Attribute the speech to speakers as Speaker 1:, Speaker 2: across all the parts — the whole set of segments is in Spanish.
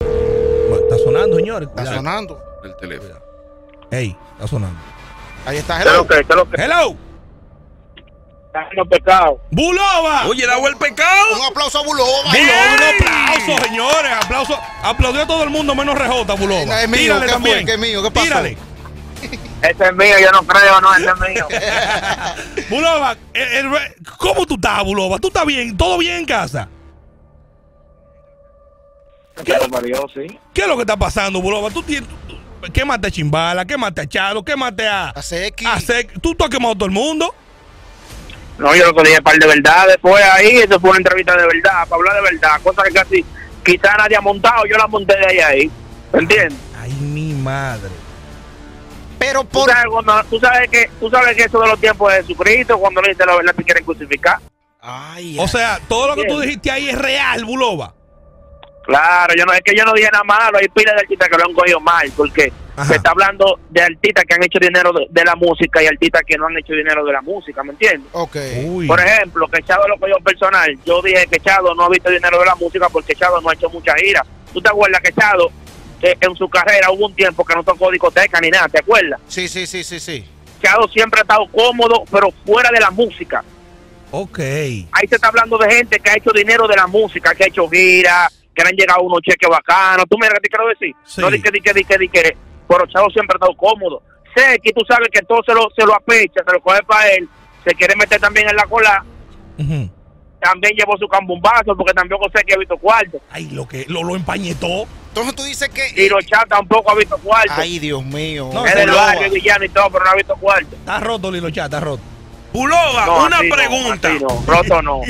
Speaker 1: Bueno, está sonando, señores.
Speaker 2: Está
Speaker 1: Cuidado,
Speaker 2: sonando.
Speaker 3: El teléfono.
Speaker 1: cuidado. Ey, está sonando.
Speaker 2: Ahí está,
Speaker 4: ¿Qué es
Speaker 2: hello.
Speaker 4: lo que? ¿Qué es lo que?
Speaker 1: ¡Hello!
Speaker 4: Carlos Pecado.
Speaker 1: ¡Bulova!
Speaker 3: Oye, la el pecado.
Speaker 2: Un aplauso a Bulova.
Speaker 1: Bulova, un
Speaker 2: Bien.
Speaker 1: aplauso, señores. Aplauso. Aplaudió a todo el mundo menos Rejota, Bulova.
Speaker 2: Eh, es mío,
Speaker 1: Tírale
Speaker 2: ¿qué fue?
Speaker 1: también.
Speaker 2: ¿Qué es mío? ¿Qué pasó?
Speaker 1: Tírale.
Speaker 4: Este es mío, yo no creo, no, este es mío.
Speaker 1: Bulova, el- el re- ¿cómo tú estás, Bulova? ¿Tú estás bien? ¿Todo bien en casa?
Speaker 4: Claro, para Dios, sí.
Speaker 1: ¿Qué es lo que está pasando, Bulova? ¿Tú tienes, tú- tú- quémate a Chimbala, quémate a Chalo, quémate a...
Speaker 2: A Seki.
Speaker 1: a Sec- ¿Tú, tú has quemado a todo el mundo?
Speaker 4: No, yo lo que dije par de verdad. Después ahí, eso fue una entrevista de verdad, para hablar de verdad. Cosa que casi, quizá nadie ha montado, yo la monté de ahí a ahí. ¿Me entiendes?
Speaker 1: Ay, mi madre.
Speaker 2: Pero
Speaker 4: Tú
Speaker 2: por.
Speaker 4: sabes, cuando- tú, sabes que, tú sabes que eso de los tiempos de Jesucristo, cuando le dice la verdad, te quieren crucificar.
Speaker 2: Ay,
Speaker 1: O sea, todo lo que tú
Speaker 4: Bien.
Speaker 1: dijiste ahí es real, Bulova.
Speaker 4: Claro, yo no, es que yo no dije nada malo, hay pilas de artistas que lo han cogido mal, porque
Speaker 1: Ajá.
Speaker 4: se está hablando de artistas que han hecho dinero de, de la música y artistas que no han hecho dinero de la música, ¿me entiendes?
Speaker 2: ok.
Speaker 1: Uy.
Speaker 4: Por ejemplo, que Chado lo cogió personal, yo dije que Chado no ha visto dinero de la música porque Chado no ha hecho muchas giras. ¿Tú te acuerdas que Chado eh, en su carrera hubo un tiempo que no tocó discoteca ni nada, ¿te acuerdas?
Speaker 2: Sí, sí, sí, sí, sí.
Speaker 4: Chado siempre ha estado cómodo, pero fuera de la música.
Speaker 1: Ok.
Speaker 4: ahí se está hablando de gente que ha hecho dinero de la música, que ha hecho giras, que le han llegado unos cheques bacanos. ¿Tú mira que te quiero decir?
Speaker 1: Sí.
Speaker 4: No di que, di que, di que, di que. Pero Chavo siempre ha estado cómodo. Sé que tú sabes que todo se lo, se lo apecha, se lo coge para él. Se quiere meter también en la cola.
Speaker 1: Ujú.
Speaker 4: También llevó su cambumbazo porque tampoco sé que ha visto cuarto.
Speaker 1: Ay, lo que lo, lo empañetó.
Speaker 2: Entonces tú dices que.
Speaker 4: Y los chat tampoco ha visto cuarto.
Speaker 2: Ay, Dios mío.
Speaker 1: No,
Speaker 4: es del
Speaker 1: Bulova.
Speaker 4: barrio, es villano y todo, pero no ha visto cuarto.
Speaker 1: Está roto, Lilo Chat, está roto.
Speaker 3: Pulova,
Speaker 4: No,
Speaker 3: una
Speaker 4: así no,
Speaker 3: pregunta.
Speaker 4: así no, roto no.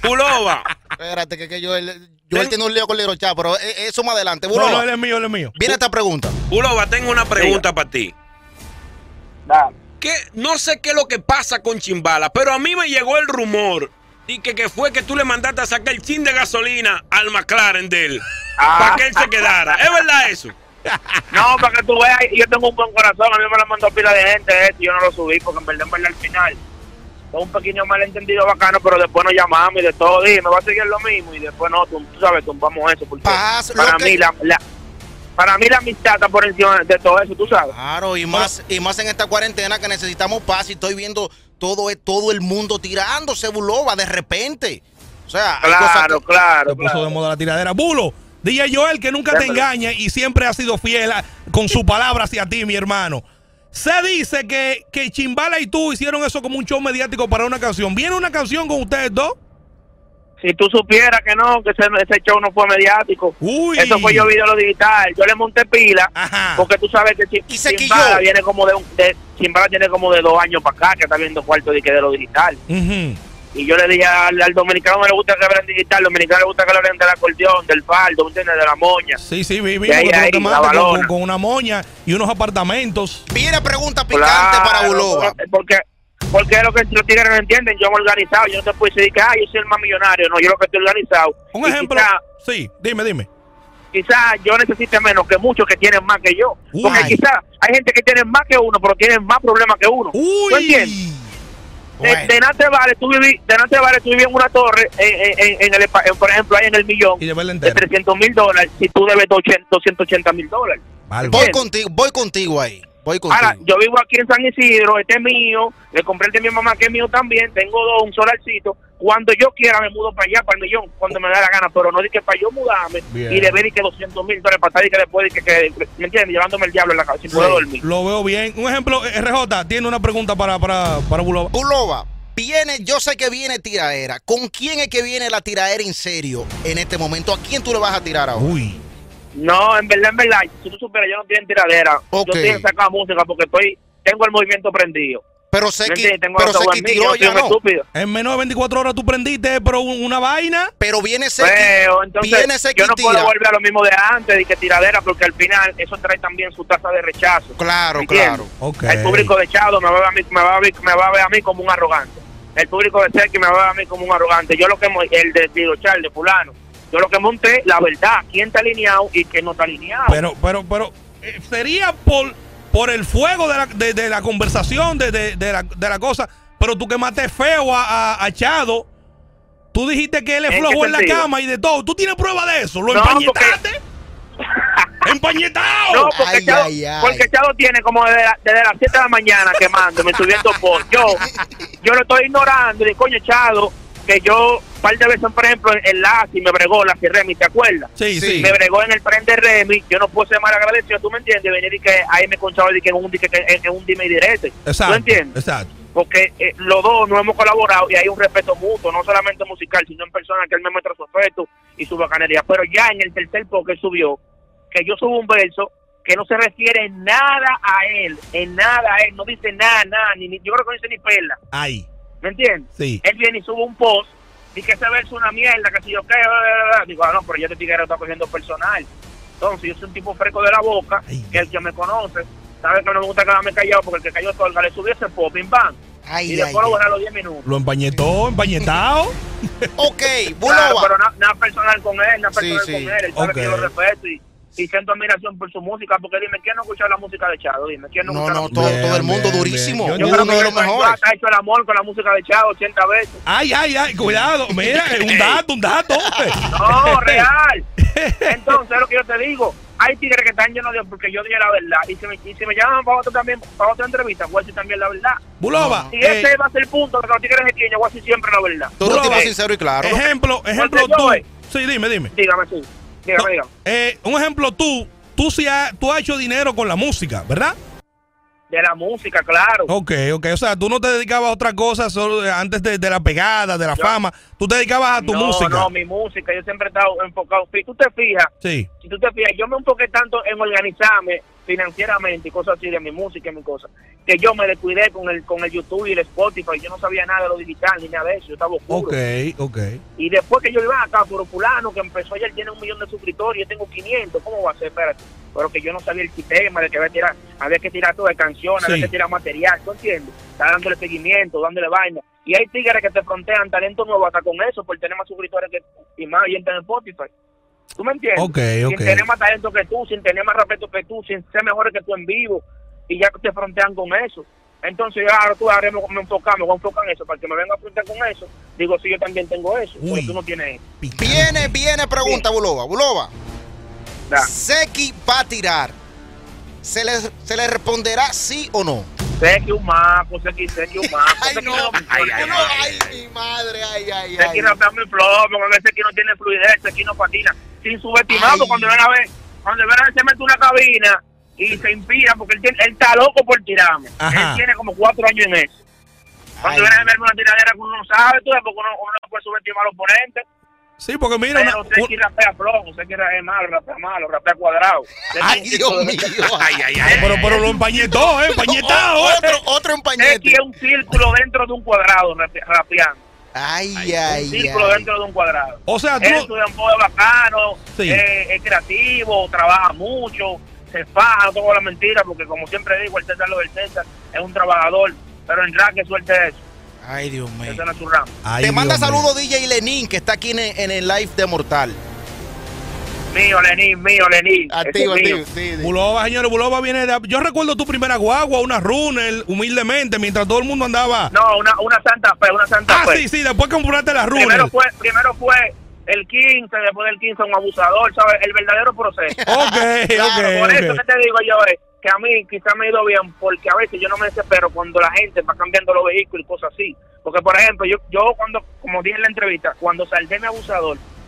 Speaker 3: Pulova.
Speaker 2: Espérate, que, que yo. él- Yo él tiene un lío con Lero Chá, pero eh, eso más adelante. Bulova,
Speaker 1: No, no, él es mío, él es mío.
Speaker 2: viene esta pregunta.
Speaker 3: Pulova, tengo una pregunta para ti.
Speaker 4: Dale.
Speaker 3: que no sé qué es lo que pasa con Chimbala, pero a mí me llegó el rumor y que, que fue que tú le mandaste a sacar el chin de gasolina al McLaren de él
Speaker 4: Ah.
Speaker 3: para que él se quedara. ¿Es verdad eso?
Speaker 4: No, para que tú veas, yo tengo un buen corazón, a mí me lo mandó pila de gente esto y yo no lo subí porque en verdad, en verdad, al final fue un pequeño malentendido bacano, pero después nos llamamos y de todo, dije, me va a seguir lo mismo y después no, tú, tú sabes, tumbamos eso porque
Speaker 2: Paz, lo
Speaker 4: para
Speaker 2: que-
Speaker 4: mí la, la- para mí la amistad está por encima de todo eso, tú sabes.
Speaker 2: Claro, y más, y más en esta cuarentena que necesitamos paz y estoy viendo todo, e, todo el mundo tirándose Bulova de repente. O sea, hay cosas
Speaker 4: Claro,
Speaker 2: que-
Speaker 1: Se
Speaker 4: claro,
Speaker 1: puso
Speaker 4: claro.
Speaker 1: de moda la tiradera. Bulo, DJ Joel, que nunca te
Speaker 4: Démelo.
Speaker 1: engaña y siempre ha sido fiel a- con su palabra hacia ti, mi hermano. Se dice que, que Chimbala y tú hicieron eso como un show mediático para una canción. ¿Viene una canción con ustedes dos?
Speaker 4: Si tú supieras que no, que ese, ese show no fue mediático.
Speaker 1: Uy.
Speaker 4: Eso fue yo vi de lo digital. Yo le monté pila.
Speaker 1: Ajá.
Speaker 4: Porque tú sabes que Chim-
Speaker 2: Y se
Speaker 4: Chimbala
Speaker 2: quilló.
Speaker 4: viene como de, un, de Chimbala tiene como de dos años para acá que está viendo cuarto de, que de lo digital.
Speaker 1: Ujú.
Speaker 4: Y yo le dije al, al dominicano me le gusta que hablen digital, al dominicano le gusta que hablen del acordeón, del faldo, ¿me entiendes? De la moña.
Speaker 1: Sí, sí, vi, vi,
Speaker 4: De ahí,
Speaker 1: porque tú lo
Speaker 4: ahí,
Speaker 1: que
Speaker 4: la
Speaker 1: mandas con-
Speaker 4: balona.
Speaker 1: con, con una moña y unos apartamentos.
Speaker 2: Viene pregunta picante
Speaker 4: Claro,
Speaker 2: para Bulova.
Speaker 4: Porque porque es lo que los tigres no entienden, yo me he organizado, yo no te puedo decir que ah, yo soy el más millonario, no, yo lo que estoy organizado.
Speaker 1: Un
Speaker 4: Y
Speaker 1: ejemplo.
Speaker 4: quizá-
Speaker 1: Sí, dime, dime.
Speaker 4: quizás yo necesite menos que muchos que tienen más que yo.
Speaker 1: Uy.
Speaker 4: Porque quizás hay gente que tiene más que uno, pero tienen más problemas que uno. ¿Tú entiendes?
Speaker 1: Uy.
Speaker 4: De,
Speaker 2: Bueno.
Speaker 4: de nada te vale tú vivir, de nada te vale tú vivir en una torre, en, en- en el, espa- en, por ejemplo, ahí en el millón,
Speaker 1: Y llevarla
Speaker 4: de
Speaker 1: entera.
Speaker 4: 300 mil dólares, si tú debes 200, 280 mil dólares.
Speaker 1: Bárbaro.
Speaker 2: Voy contigo, voy contigo ahí. Voy contigo.
Speaker 4: Ahora, yo vivo aquí en San Isidro, este es mío, le compré el de mi mamá que es mío también, tengo dos, un solarcito. Cuando yo quiera me mudo para allá, para el millón, cuando me da la gana, pero no di que para yo mudarme
Speaker 1: Bien.
Speaker 4: y deber di que 200 mil dólares para estar y que después, di que, que- ¿me entiendes? Llevándome el diablo en la cabeza, si puedo dormir.
Speaker 1: Lo veo bien. Un ejemplo, eh, RJ, tiene una pregunta para, para, para Bulova.
Speaker 2: Bulova, viene, yo sé que viene tiraera. ¿Con quién es que viene la tiraera en serio en este momento? ¿A quién tú le vas a tirar ahora?
Speaker 1: Uy.
Speaker 4: No, en verdad, en verdad, si tú superas, yo no estoy en tiradera.
Speaker 2: Ok.
Speaker 4: Yo estoy en sacar música porque estoy tengo el movimiento prendido.
Speaker 2: Pero sé
Speaker 4: ¿Me
Speaker 2: que,
Speaker 4: entiendes? Tengo
Speaker 2: pero
Speaker 4: los
Speaker 2: sé
Speaker 4: ojos
Speaker 2: que
Speaker 4: en mí, yo
Speaker 2: tiró
Speaker 4: soy
Speaker 2: ya
Speaker 4: un
Speaker 2: no.
Speaker 4: estúpido.
Speaker 1: En menos de 24 horas tú prendiste, pero un- una vaina.
Speaker 2: Pero viene ese
Speaker 4: Pero
Speaker 2: viene
Speaker 4: entonces
Speaker 2: ese
Speaker 4: yo no puedo
Speaker 2: tira.
Speaker 4: volver a lo mismo de antes, de que tiradera, porque al final eso trae también su tasa de rechazo.
Speaker 2: Claro,
Speaker 4: ¿Entiendes?
Speaker 2: claro.
Speaker 1: Ok.
Speaker 4: El público de Chado me va, a ver a mí, me, va a ver, me va a ver a mí como un arrogante. El público de Serki me va a ver a mí como un arrogante. Yo lo que mo- el de Tiro Chal, de fulano. Yo lo que monté, la verdad, quién está alineado y quién no está alineado.
Speaker 1: Pero, pero, pero, eh, sería por, por el fuego de la, de, de la conversación, de, de- de la, de la cosa. Pero tú quemaste feo a, a- a Chado. Tú dijiste que él es
Speaker 4: ¿En qué
Speaker 1: flojo en la
Speaker 4: sentido?
Speaker 1: cama y de todo. ¿Tú tienes prueba de eso? ¿Lo
Speaker 4: No,
Speaker 1: empañetaste? ¡Empañetado!
Speaker 4: no, porque,
Speaker 2: Ay,
Speaker 4: Chado,
Speaker 2: ay, ay.
Speaker 4: porque Chado tiene como desde, la- desde las 7 de la mañana quemándome, subiendo por. Yo, yo lo estoy ignorando. Y digo, coño, Chado, que yo, un par de veces, por ejemplo, en Lazi me bregó, Lazi Remy, ¿te acuerdas?
Speaker 1: Sí, sí.
Speaker 2: Sí.
Speaker 4: me bregó en el tren de Remy, yo no puedo ser mal agradecido, tú me entiendes, venir y que ahí me conchaba y que en un, di- que en, en un dime y direte.
Speaker 1: Exacto.
Speaker 4: ¿Tú entiendes?
Speaker 1: Exacto.
Speaker 4: Porque eh, los dos no hemos colaborado y hay un respeto mutuo, no solamente musical, sino en persona que él me muestra su afecto y su bacanería. Pero ya en el tercer post que él subió, que yo subo un verso que no se refiere en nada a él, en nada a él, no dice nada, nada, ni, ni- yo creo que no dice ni perla.
Speaker 1: Ahí.
Speaker 4: ¿Me entiendes?
Speaker 1: Sí.
Speaker 4: Él viene y sube un post y que ese verso es una mierda, que si yo qué, bla, bla, bla, bla. digo, ah, no, pero yo te tigre lo está cogiendo personal. Entonces, yo soy un tipo fresco de la boca,
Speaker 1: Ay.
Speaker 4: que el que me conoce sabe que no me gusta quedarme callado porque el que cayó tolga le subió ese pop, pim, bam.
Speaker 2: Ay,
Speaker 4: y
Speaker 2: ay,
Speaker 4: después lo borra a los 10 minutos.
Speaker 1: Lo empañetó, empañetado.
Speaker 2: ay. Ok,
Speaker 4: Claro,
Speaker 2: Bulova.
Speaker 4: pero na- nada personal con él, nada
Speaker 2: Sí,
Speaker 4: personal
Speaker 2: sí.
Speaker 4: con él. Él sabe
Speaker 1: Ok.
Speaker 4: que yo lo respeto y, y siento admiración por su música. Porque dime, ¿quién no escucha la música de Chado? Dime, ¿quién no,
Speaker 2: No,
Speaker 4: escucha la
Speaker 2: no,
Speaker 4: música
Speaker 2: todo,
Speaker 4: de Chado?
Speaker 2: todo el
Speaker 1: Bien,
Speaker 2: mundo
Speaker 1: bien,
Speaker 2: durísimo.
Speaker 1: bien.
Speaker 4: Yo
Speaker 1: todo
Speaker 4: creo
Speaker 2: Uno
Speaker 4: que
Speaker 2: de
Speaker 4: el
Speaker 2: los
Speaker 4: Rey
Speaker 2: mejores.
Speaker 4: Bata ha hecho el amor con la música de Chado 80 veces.
Speaker 1: Ay, ay, ay. Cuidado. Mira, es un dato, un dato. hombre.
Speaker 4: No, real. Entonces, es lo que yo te digo. Hay tigres que están llenos de... Porque yo dije la verdad. Y si me, y si me llaman para otra, también, para otra entrevista, voy a decir también la verdad.
Speaker 1: Bulova.
Speaker 4: Y
Speaker 1: eh,
Speaker 4: ese va a ser el punto de que los tigres se tienen. Yo voy a decir siempre la verdad.
Speaker 2: Tú eres un tipo
Speaker 1: Bulova,
Speaker 2: sincero y claro.
Speaker 1: Ejemplo, ejemplo
Speaker 4: Porque yo
Speaker 1: tú.
Speaker 4: voy.
Speaker 1: Sí, dime, dime.
Speaker 4: Dígame, sí. Dígame, dígame.
Speaker 1: Eh, un ejemplo, tú, tú, sí ha- tú has hecho dinero con la música, ¿verdad?
Speaker 4: De la música, claro.
Speaker 1: Ok, ok. O sea, tú no te dedicabas a otra cosa solo eh, antes de, de la pegada, de la fama. Tú te dedicabas a tu
Speaker 4: no,
Speaker 1: música.
Speaker 4: no, mi música. Yo siempre he estado enfocado. Si tú te fijas,
Speaker 1: Sí.
Speaker 4: si tú te fijas, yo me enfoqué tanto en organizarme financieramente y cosas así de mi música y mi cosa, que yo me descuidé con el con el YouTube y el Spotify, yo no sabía nada de lo digital ni nada de eso, yo estaba oscuro.
Speaker 1: Ok, ok.
Speaker 4: Y después que yo iba acá por fulano que empezó ayer tiene un millón de suscriptores, yo tengo 500, ¿cómo va a ser? Espérate. Pero que yo no sabía el sistema de que había que tirar, había que tirar todo de canciones,
Speaker 1: Sí.
Speaker 4: había que tirar material, ¿tú entiendes? Está dándole seguimiento, dándole vaina. Y hay tigres que te frontean talento nuevo hasta con eso, por tener más suscriptores que y más oyentes en Spotify. ¿Tú me entiendes?
Speaker 1: Ok, ok.
Speaker 4: Sin tener más talento que tú, sin tener más respeto que tú, sin ser mejores que tú en vivo. Y ya te frontean con eso. Entonces, yo ahora tú ahora me, me enfocamos, me voy a enfocar en eso. Para que me venga a frontear con eso, digo, sí, yo también tengo eso.
Speaker 1: Uy.
Speaker 4: Pero tú no tienes eso.
Speaker 2: Viene, viene pregunta, Bulova. Bulova.
Speaker 4: Da.
Speaker 2: Seki va a tirar. ¿Se le, ¿Se le responderá sí o no?
Speaker 4: Sé que un maco, sé que, sé que un maco. sé que no,
Speaker 3: ay, ay,
Speaker 2: no,
Speaker 3: ay,
Speaker 2: ay, mi madre, ay, ay,
Speaker 4: Sé
Speaker 2: ay.
Speaker 4: que no está muy flojo, porque sé que no tiene fluidez, sé que no patina. Sin subestimar,
Speaker 2: Ay.
Speaker 4: porque cuando ven a ver, cuando ven a ver, se mete una cabina y se inspira, porque él, tiene, él está loco por tirarme.
Speaker 1: Ajá.
Speaker 4: Él tiene como cuatro años en eso. Cuando
Speaker 2: Ay.
Speaker 4: ven a ver una tiradera que uno no sabe, tú ves, porque uno, uno no puede subestimar al oponente.
Speaker 1: Sí, porque mira, una-
Speaker 4: Pero sé que rapea flojo, sé que es malo, rapea malo, rapea cuadrado. Sé que
Speaker 2: Ay,
Speaker 4: es
Speaker 2: Dios
Speaker 4: un tipo de-
Speaker 2: mío.
Speaker 3: Ay, ay, ay.
Speaker 1: pero, pero lo empañetó, ¿eh? Empañetado, ¿eh?
Speaker 2: otro, otro
Speaker 4: Sé que
Speaker 2: empañete.
Speaker 4: es un círculo dentro de un cuadrado rape- rapeando.
Speaker 2: Ay, ay,
Speaker 4: un
Speaker 2: ay.
Speaker 4: círculo dentro de un cuadrado.
Speaker 1: O sea, tú.
Speaker 4: Él es un dembow bacano,
Speaker 1: Sí.
Speaker 4: eh, es creativo, trabaja mucho, se faja, no tengo la mentira, porque como siempre digo, el César lo del César es un trabajador, pero en rap que suerte es eso,
Speaker 2: Ay, Dios mío.
Speaker 4: ese no es su ramo.
Speaker 1: Ay,
Speaker 2: Te manda
Speaker 1: Dios mío.
Speaker 2: saludos DJ Lenin, que está aquí en, el- en el live de Mortal.
Speaker 4: Mío, Lenín, mío, Lenín. ese es
Speaker 2: Activo,
Speaker 4: mío.
Speaker 2: activo. Sí, sí.
Speaker 1: Bulova, señores, Bulova viene de... Yo recuerdo tu primera guagua, una runner, humildemente, mientras todo el mundo andaba...
Speaker 4: No, una, una Santa Fe, una Santa
Speaker 1: ah,
Speaker 4: Fe.
Speaker 1: sí, sí, después compraste la runner.
Speaker 4: primero, fue, primero fue el 15, después del 15 un abusador, ¿sabes? El verdadero proceso.
Speaker 1: Ok,
Speaker 4: Claro, por
Speaker 1: ok,
Speaker 4: eso
Speaker 1: ok.
Speaker 4: que te digo yo es que a mí quizás me ha ido bien porque a veces yo no me desespero cuando la gente va cambiando los vehículos y cosas así. Porque, por ejemplo, yo, yo cuando, como dije en la entrevista, cuando salí de mi abusador,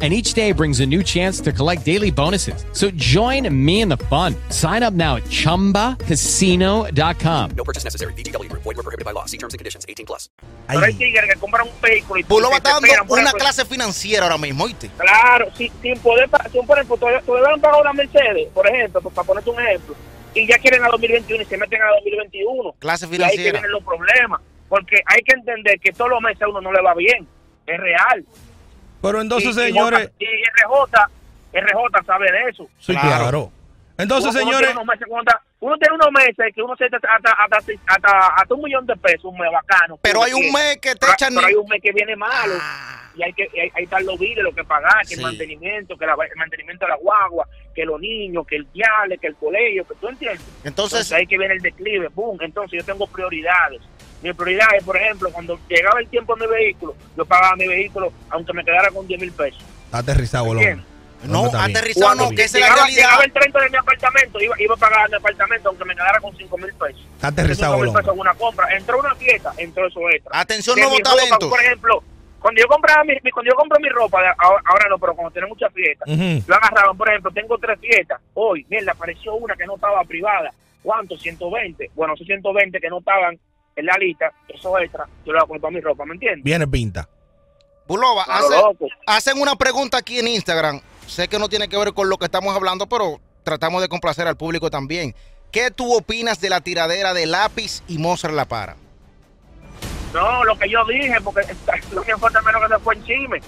Speaker 5: and each day brings a new chance to collect daily bonuses. So join me in the fun. Sign up now at ChumbaCasino.com. No purchase necessary. VGW Void were prohibited by law. See terms and conditions.
Speaker 4: 18 plus. Pero hay tigres que compran un vehículo y
Speaker 2: Pulo
Speaker 4: y te
Speaker 2: está dando
Speaker 4: esperan por
Speaker 2: una
Speaker 4: eso.
Speaker 2: clase financiera ahora mismo, ¿oíste?
Speaker 4: Claro, sin, sin poder pagar, sin poder, tú le- tú le dan pago a una Mercedes, por ejemplo, pues, para ponerte un ejemplo, y ya quieren a 2021 y se meten a 2021.
Speaker 2: Clase
Speaker 4: Y ahí que
Speaker 2: financiera.
Speaker 4: vienen los problemas, porque hay que entender que todos los meses a uno no le va bien, es real.
Speaker 1: Pero entonces,
Speaker 4: Y- y
Speaker 1: señores.
Speaker 4: J- Y, RJ, RJ sabe de eso.
Speaker 1: Sí,
Speaker 2: Claro.
Speaker 1: claro. Entonces,
Speaker 4: Uno- uno
Speaker 1: señores.
Speaker 4: tiene unos meses cuando está- uno tiene unos meses que uno se hasta, hasta, hasta, hasta- hasta un millón de pesos, un mes bacano.
Speaker 2: Pero
Speaker 4: uno
Speaker 2: hay un
Speaker 4: quiere.
Speaker 2: mes que te
Speaker 4: Pero-
Speaker 2: echan-
Speaker 4: Pero hay un mes que viene malo.
Speaker 2: Ah.
Speaker 4: Y hay que y hay- ahí están los biles, lo que pagar, que
Speaker 2: Sí.
Speaker 4: el mantenimiento, que la- el mantenimiento de la guagua, que los niños, que el diale, que el colegio, que tú entiendes.
Speaker 2: Entonces,
Speaker 4: ahí que viene el declive, boom. Entonces yo tengo prioridades. Mi prioridad es, por ejemplo, cuando llegaba el tiempo de mi vehículo, yo pagaba mi vehículo aunque me quedara con 10 mil pesos.
Speaker 1: Está aterrizado, el hombre.
Speaker 4: Bien.
Speaker 1: El
Speaker 2: no,
Speaker 1: hombre está bien.
Speaker 2: aterrizado no, que esa es la
Speaker 4: llegaba,
Speaker 2: realidad.
Speaker 4: llegaba el 30 de mi apartamento, iba, iba a pagar mi apartamento aunque me quedara con 5 mil pesos.
Speaker 1: Está aterrizado,
Speaker 4: Cinco mil
Speaker 1: Bolón.
Speaker 4: pesos en una compra. Entró una fiesta, entró eso extra.
Speaker 2: Atención,
Speaker 4: De
Speaker 2: nuevo
Speaker 4: mi ropa,
Speaker 2: talento.
Speaker 4: Por ejemplo, cuando yo compraba mi, mi- cuando yo compro mi ropa, de- ahora, ahora no, pero cuando tenía muchas fiestas,
Speaker 1: Ujú.
Speaker 4: lo agarraban, por ejemplo, tengo tres fiestas. Hoy, mierda, apareció una que no estaba privada. ¿Cuánto? 120. Bueno, esos 120 que no estaban en la lista, eso extra, yo le voy a comprar mi ropa, ¿me entiendes?
Speaker 1: Viene pinta.
Speaker 2: Buloba,
Speaker 4: A lo
Speaker 2: hace-
Speaker 4: loco.
Speaker 2: hacen una pregunta aquí en Instagram. Sé que no tiene que ver con lo que estamos hablando, pero tratamos de complacer al público también. ¿Qué tú opinas de la tiradera de lápiz y Mozart la para?
Speaker 4: No, lo que yo dije, porque no me importa menos que se fue en chisme.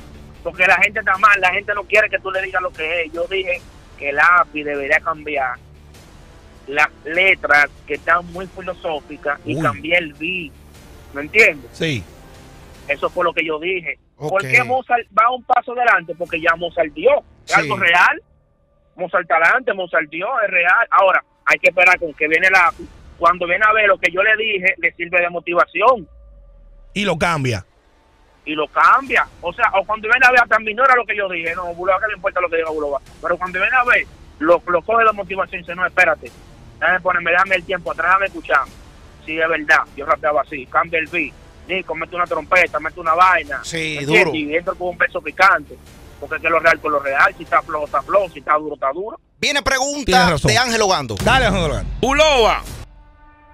Speaker 4: Porque la gente está mal, la gente no quiere que tú le digas lo que es. Yo dije que el API debería cambiar las letras que están muy filosóficas y
Speaker 1: Uy.
Speaker 4: cambiar el beat. ¿Me entiendes?
Speaker 1: Sí.
Speaker 4: Eso fue lo que yo dije.
Speaker 2: Ok.
Speaker 4: ¿Por qué Mozart va un paso adelante? Porque ya Mozart dio. Es
Speaker 2: Sí.
Speaker 4: algo real. Mozart está adelante, Mozart dio, es real. Ahora, hay que esperar con que viene el API. Cuando viene a ver lo que yo le dije, le sirve de motivación
Speaker 1: Y lo cambia.
Speaker 4: y lo cambia. O sea, o cuando viene a ver, también no era lo que yo dije, no, Buloba, que le importa lo que diga Buloba. Pero cuando viene a ver, lo, lo coge la motivación y dice, no, espérate, déjame ponerme, déjame el tiempo atrás, déjame escuchar. Sí, es verdad, yo rapeaba así, cambia el beat, Nico, mete una trompeta, mete una vaina.
Speaker 2: Sí,
Speaker 4: ¿Me
Speaker 2: duro.
Speaker 4: entiendes? Y entra con un beso picante. Porque es que lo real con lo real, si está flojo, está flojo, si está duro, está duro.
Speaker 2: Viene
Speaker 1: Tienes
Speaker 2: pregunta
Speaker 1: razón.
Speaker 2: de Ángel Ogando.
Speaker 1: Dale, Alejandro Galán.
Speaker 3: Buloba,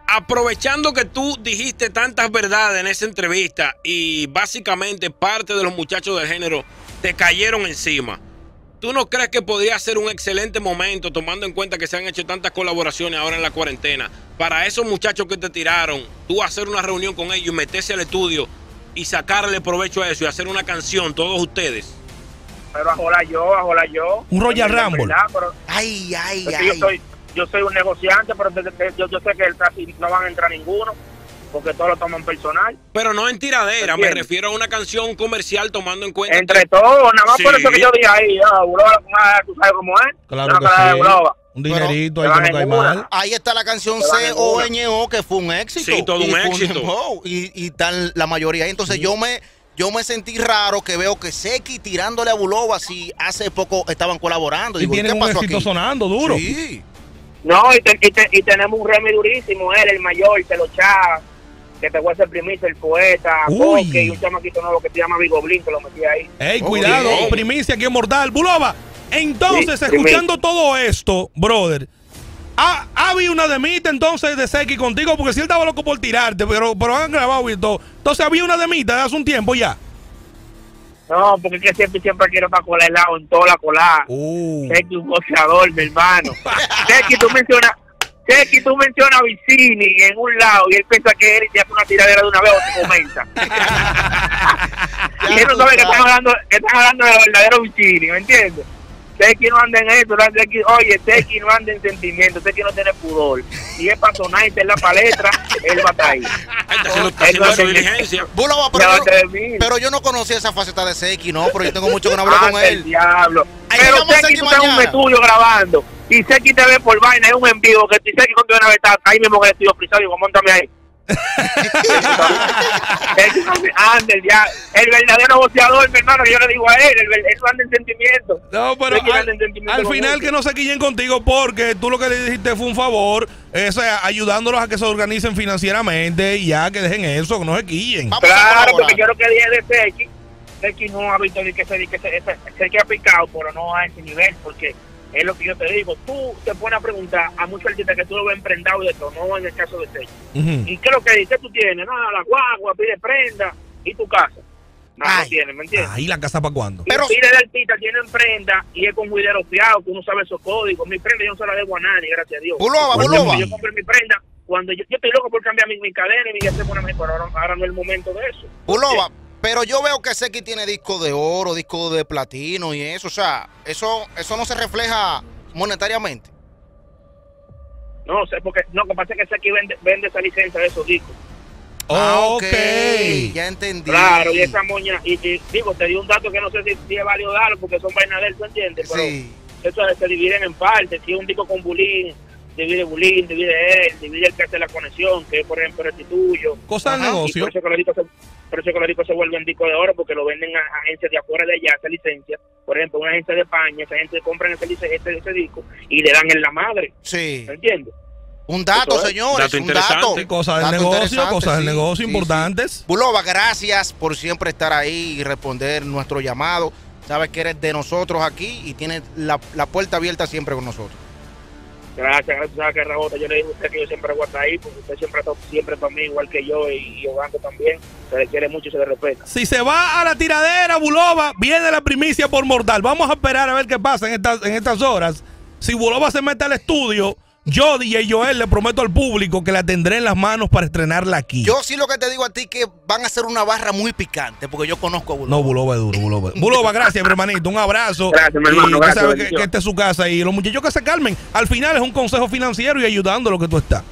Speaker 3: aprovechando que tú dijiste tantas verdades en esa entrevista y básicamente parte de los muchachos del género te cayeron encima, ¿tú no crees que podría ser un excelente momento, tomando en cuenta que se han hecho tantas colaboraciones ahora en la cuarentena, para esos muchachos que te tiraron, tú hacer una reunión con ellos y meterse al estudio y sacarle provecho a eso y hacer una canción, todos ustedes?
Speaker 4: Pero a jolar yo, a jolar yo.
Speaker 1: Un Royal
Speaker 4: Es verdad,
Speaker 1: Rumble.
Speaker 4: pero-
Speaker 2: Ay, ay,
Speaker 4: Es que Pues yo
Speaker 2: ay.
Speaker 4: soy, yo soy un negociante, pero de- de- yo, yo sé que el casi no van a entrar ninguno, porque todos lo toman personal.
Speaker 3: Pero no en tiradera, me
Speaker 4: Entiendo.
Speaker 3: refiero a una canción comercial tomando en cuenta que-
Speaker 4: Entre
Speaker 1: eh,
Speaker 4: todos, nada más por
Speaker 3: Sí.
Speaker 4: eso que yo dije ahí, ah, Europa, ah, tú sabes cómo es.
Speaker 1: Claro
Speaker 4: No,
Speaker 1: que
Speaker 4: claro,
Speaker 1: sí.
Speaker 4: Europa.
Speaker 1: Un dinerito ahí
Speaker 4: Pero-
Speaker 1: que no cae
Speaker 4: pero ninguna.
Speaker 1: mal.
Speaker 2: Ahí está la canción
Speaker 4: Te van en una.
Speaker 2: C-O-N-O, E que fue un éxito.
Speaker 3: Sí, todo
Speaker 2: Y
Speaker 3: un
Speaker 2: fue
Speaker 3: éxito.
Speaker 2: dembow, y, y tal la mayoría. Entonces yo me yo me sentí raro que veo que Seki tirándole a Buloba si hace poco estaban colaborando.
Speaker 1: Y
Speaker 2: Digo,
Speaker 1: tienen
Speaker 2: ¿qué
Speaker 1: un
Speaker 2: pasó
Speaker 1: éxito
Speaker 2: aquí?
Speaker 1: sonando duro.
Speaker 2: Sí.
Speaker 4: No, y, te- y te- y tenemos un remi durísimo, él, el mayor, te lo chava, que te voy a hacer primicia, el poeta,
Speaker 1: Uy.
Speaker 4: Coque, y un chamaquito nuevo que se llama Bigoblín, que lo metí ahí.
Speaker 1: Ey,
Speaker 2: Ok.
Speaker 1: cuidado, primicia aquí en Mortal. Buloba, entonces,
Speaker 4: Sí,
Speaker 1: escuchando todo esto, brother, ha, ha habido una demita entonces de Seki contigo, porque si él estaba loco por tirarte, pero, pero han grabado y todo. Entonces había una demita de hace un tiempo ya.
Speaker 4: No, porque es que siempre, siempre quiero estar colado en toda la colada.
Speaker 2: Uh.
Speaker 1: Eh,
Speaker 4: Chequi un boxeador, mi hermano. Chequi, tú mencionas. Chequi, tú mencionas a Vicini en un lado y él piensa que él te hace una tiradera de una vez o te comenta. y él no
Speaker 2: tú
Speaker 4: sabe que
Speaker 2: sabes.
Speaker 4: están hablando, que están hablando del verdadero Vicini, ¿me entiendes? Chequi no anda en eso, no anda- Chequi- oye, Chequi no anda en sentimientos, Chequi no tiene pudor. Y es para sonar, está en la palestra, él va a estar ahí.
Speaker 3: Ay, está haciendo, está
Speaker 4: Él
Speaker 3: haciendo
Speaker 4: no
Speaker 3: su
Speaker 4: hace-
Speaker 3: diligencia.
Speaker 2: Buloba, pero,
Speaker 4: Ya
Speaker 2: yo,
Speaker 4: te vi.
Speaker 2: pero yo no conocía esa faceta de Seki, no, pero yo tengo mucho que no hablar con
Speaker 4: Anda Ah, el
Speaker 2: él.
Speaker 4: diablo.
Speaker 2: Ahí
Speaker 4: Pero
Speaker 2: vamos a
Speaker 4: Seki
Speaker 2: seguir
Speaker 4: tú estás en un
Speaker 2: mañana.
Speaker 4: estudio grabando. Y Seki te ve por vaina, es un en vivo. Que tú Seki cuando viene a ver, está ahí mismo que el estudio frisado. Digo, montame ahí. Es que no se- Ander, ya, el verdadero boceador, mi hermano, que yo le digo a él, el, ver- eso anda en sentimiento.
Speaker 1: No, pero
Speaker 4: Es que
Speaker 1: al,
Speaker 4: anda en sentimiento
Speaker 1: al
Speaker 4: con
Speaker 1: final
Speaker 4: mucho.
Speaker 1: que no se quillen contigo porque tú lo que le dijiste fue un favor, eh, o sea, ayudándolos a que se organicen financieramente y ya que dejen eso, que no se quillen.
Speaker 2: Vamos
Speaker 4: Claro,
Speaker 2: a
Speaker 4: porque yo
Speaker 2: colaborar.
Speaker 4: lo que dije de Seki, Seki no ha visto ni que se, que se, ese- Seki ha picado, pero no a ese nivel, porque es lo que yo te digo. Tú te pones a preguntar a muchos artistas que tú lo ves emprendado y de todo, no en el caso de Seki.
Speaker 2: Hmm.
Speaker 1: Ujú.
Speaker 4: ¿Y qué es lo que dice tú tienes? No, la guagua, pide prenda y tu casa. No,
Speaker 2: Ay.
Speaker 4: no tienes, ¿me entiendes?
Speaker 1: Ahí la casa para cuándo.
Speaker 4: Y
Speaker 2: Pero-
Speaker 4: pide de artista, tienen prenda y es con juidero fiado, que uno sabe esos códigos. Mi prenda yo no se la debo a nadie, gracias a Dios.
Speaker 2: Buloba,
Speaker 4: Porque
Speaker 2: buloba.
Speaker 4: Yo compré mi prenda cuando yo, yo estoy loco por cambiar mi, mi cadena y mi hacer una mejor. Ahora, ahora no es el momento de eso.
Speaker 2: Buloba, pero yo veo que Seki tiene disco de oro, disco de platino y eso. O sea, eso, eso no se refleja monetariamente.
Speaker 4: No sé, porque no, lo que pasa es que Seki vende, vende esa licencia de esos discos.
Speaker 2: Ah,
Speaker 1: Ok.
Speaker 2: Ya entendí.
Speaker 4: Claro, y esa moña, y, y digo, te di un dato que no sé si, si es válido darlo porque son vainas de él, ¿tú entiendes? Pero
Speaker 2: Sí.
Speaker 4: eso se dividen en partes. Si es un disco con Bulín, divide Bulín, divide él, divide el que hace la conexión, que por ejemplo es tuyo.
Speaker 1: Cosa del
Speaker 2: Ajá, y pues
Speaker 4: Y
Speaker 1: negocio.
Speaker 4: por eso que los discos se, por eso que los discos se vuelven discos de oro, porque lo venden a agencias de afuera de allá, esa licencia. Por ejemplo, una agencia de España, esa gente compra ese, lic- ese, ese disco y le dan en la madre,
Speaker 2: Sí.
Speaker 4: ¿me entiendes?
Speaker 2: Un dato,
Speaker 4: Eso es.
Speaker 2: señores.
Speaker 3: Dato
Speaker 2: un dato.
Speaker 3: interesante.
Speaker 1: Cosas del
Speaker 2: Dato
Speaker 1: negocio,
Speaker 2: interesante,
Speaker 1: cosas del
Speaker 2: sí,
Speaker 1: negocio
Speaker 2: sí,
Speaker 1: importantes.
Speaker 2: sí. Buloba, gracias por siempre estar ahí y responder nuestro llamado. Sabes que eres de nosotros aquí y tienes la, la puerta abierta siempre con nosotros.
Speaker 4: Gracias, gracias, usted sabe que Rabota, yo le digo a usted que yo siempre aguanto ahí, porque usted siempre está siempre para mí, igual que yo, y yo banco también. Se le quiere mucho y se le respeta.
Speaker 1: Si se va a la tiradera, Buloba, viene la primicia por mortal. Vamos a esperar a ver qué pasa en estas, en estas horas. Si Buloba se mete al estudio, yo, DJ Joel, le prometo al público que la tendré en las manos para estrenarla aquí.
Speaker 2: Yo sí lo que te digo a ti que van a ser una barra muy picante porque yo conozco a Buloba.
Speaker 1: No, Buloba es duro, Buloba. Buloba, gracias, mi hermanito. Un abrazo.
Speaker 4: Gracias, mi hermano,
Speaker 1: Y usted
Speaker 4: gracias,
Speaker 1: sabe que,
Speaker 4: bendición.
Speaker 1: que esta es su casa. Y los muchachos que se calmen. Al final es un consejo financiero y ayudando a lo que tú estás.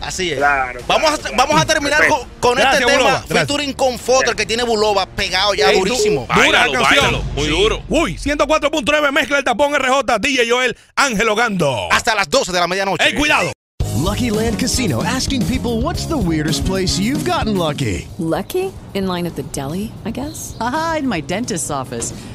Speaker 2: Así es.
Speaker 4: Claro,
Speaker 2: Vamos a,
Speaker 4: claro,
Speaker 2: vamos a terminar con, con
Speaker 1: Gracias,
Speaker 2: este tema
Speaker 1: Buloba, gracias.
Speaker 2: featuring con foto el que tiene Buloba pegado ya
Speaker 1: Ey, du-
Speaker 2: durísimo.
Speaker 1: Dura
Speaker 3: Báilalo,
Speaker 1: la canción.
Speaker 3: báilalo, muy duro.
Speaker 1: Uy, 104.9, mezcla el tapón RJ, DJ Joel, Ángel Ogando.
Speaker 2: Hasta las 12 de la medianoche.
Speaker 1: ¡Ey, cuidado!
Speaker 6: Lucky Land Casino asking people what's the weirdest place you've gotten lucky?
Speaker 7: Lucky? In line at the deli, I guess?
Speaker 8: Aha, in my dentist's office.